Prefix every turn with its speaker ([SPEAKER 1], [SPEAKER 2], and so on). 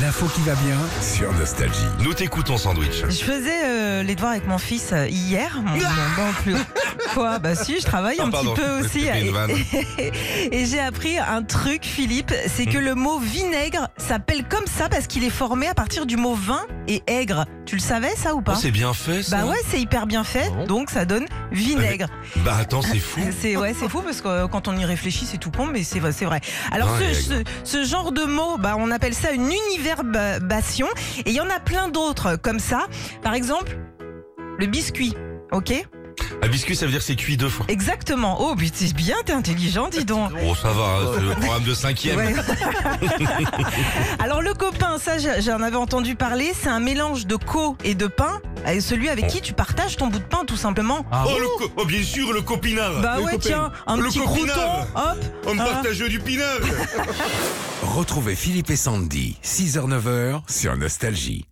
[SPEAKER 1] L'info qui va bien sur Nostalgie.
[SPEAKER 2] Nous t'écoutons, sandwich. Ah,
[SPEAKER 3] Je faisais euh, les devoirs avec mon fils euh, hier. Mon- mon- mon plus- Quoi Bah si, je travaille
[SPEAKER 2] Ah,
[SPEAKER 3] un
[SPEAKER 2] pardon,
[SPEAKER 3] petit peu
[SPEAKER 2] je
[SPEAKER 3] aussi.
[SPEAKER 2] fais une vanne.
[SPEAKER 3] Et j'ai appris un truc, Philippe, c'est
[SPEAKER 2] Hmm.
[SPEAKER 3] que le mot vinaigre s'appelle comme ça parce qu'il est formé à partir du mot vin et aigre. Tu le savais ça ou
[SPEAKER 2] Oh,
[SPEAKER 3] pas
[SPEAKER 2] c'est bien fait, ça.
[SPEAKER 3] Bah ouais, c'est hyper bien fait,
[SPEAKER 2] Ah bon
[SPEAKER 3] donc ça donne vinaigre.
[SPEAKER 2] Bah attends, c'est fou.
[SPEAKER 3] C'est ouais, c'est fou parce que euh, quand on y réfléchit, c'est tout con, mais c'est c'est vrai. Alors
[SPEAKER 2] Ouais,
[SPEAKER 3] ce, ce, ce genre de mot, bah on appelle ça une univerbation, et il y en a plein d'autres comme ça. Par exemple, le biscuit. Ok,
[SPEAKER 2] Un biscuit, ça veut dire que c'est cuit deux fois.
[SPEAKER 3] exactement. Oh, mais t'es bien, t'es intelligent, dis donc.
[SPEAKER 2] Oh, ça va, hein, c'est le programme de cinquième.
[SPEAKER 3] Ouais. Alors le copain, ça j'a- j'en avais entendu parler, c'est un mélange de co et de pain, et celui avec qui tu partages ton bout de pain tout simplement.
[SPEAKER 2] Oh, le co- oh, bien sûr, le copinard.
[SPEAKER 3] Bah
[SPEAKER 2] Le
[SPEAKER 3] ouais,
[SPEAKER 2] copain.
[SPEAKER 3] tiens, un
[SPEAKER 2] Le
[SPEAKER 3] petit
[SPEAKER 2] copinard.
[SPEAKER 3] crouton, hop.
[SPEAKER 2] On
[SPEAKER 3] Ah.
[SPEAKER 2] partage du pinard.
[SPEAKER 1] Retrouvez Philippe et Sandy, 6h-9h sur Nostalgie.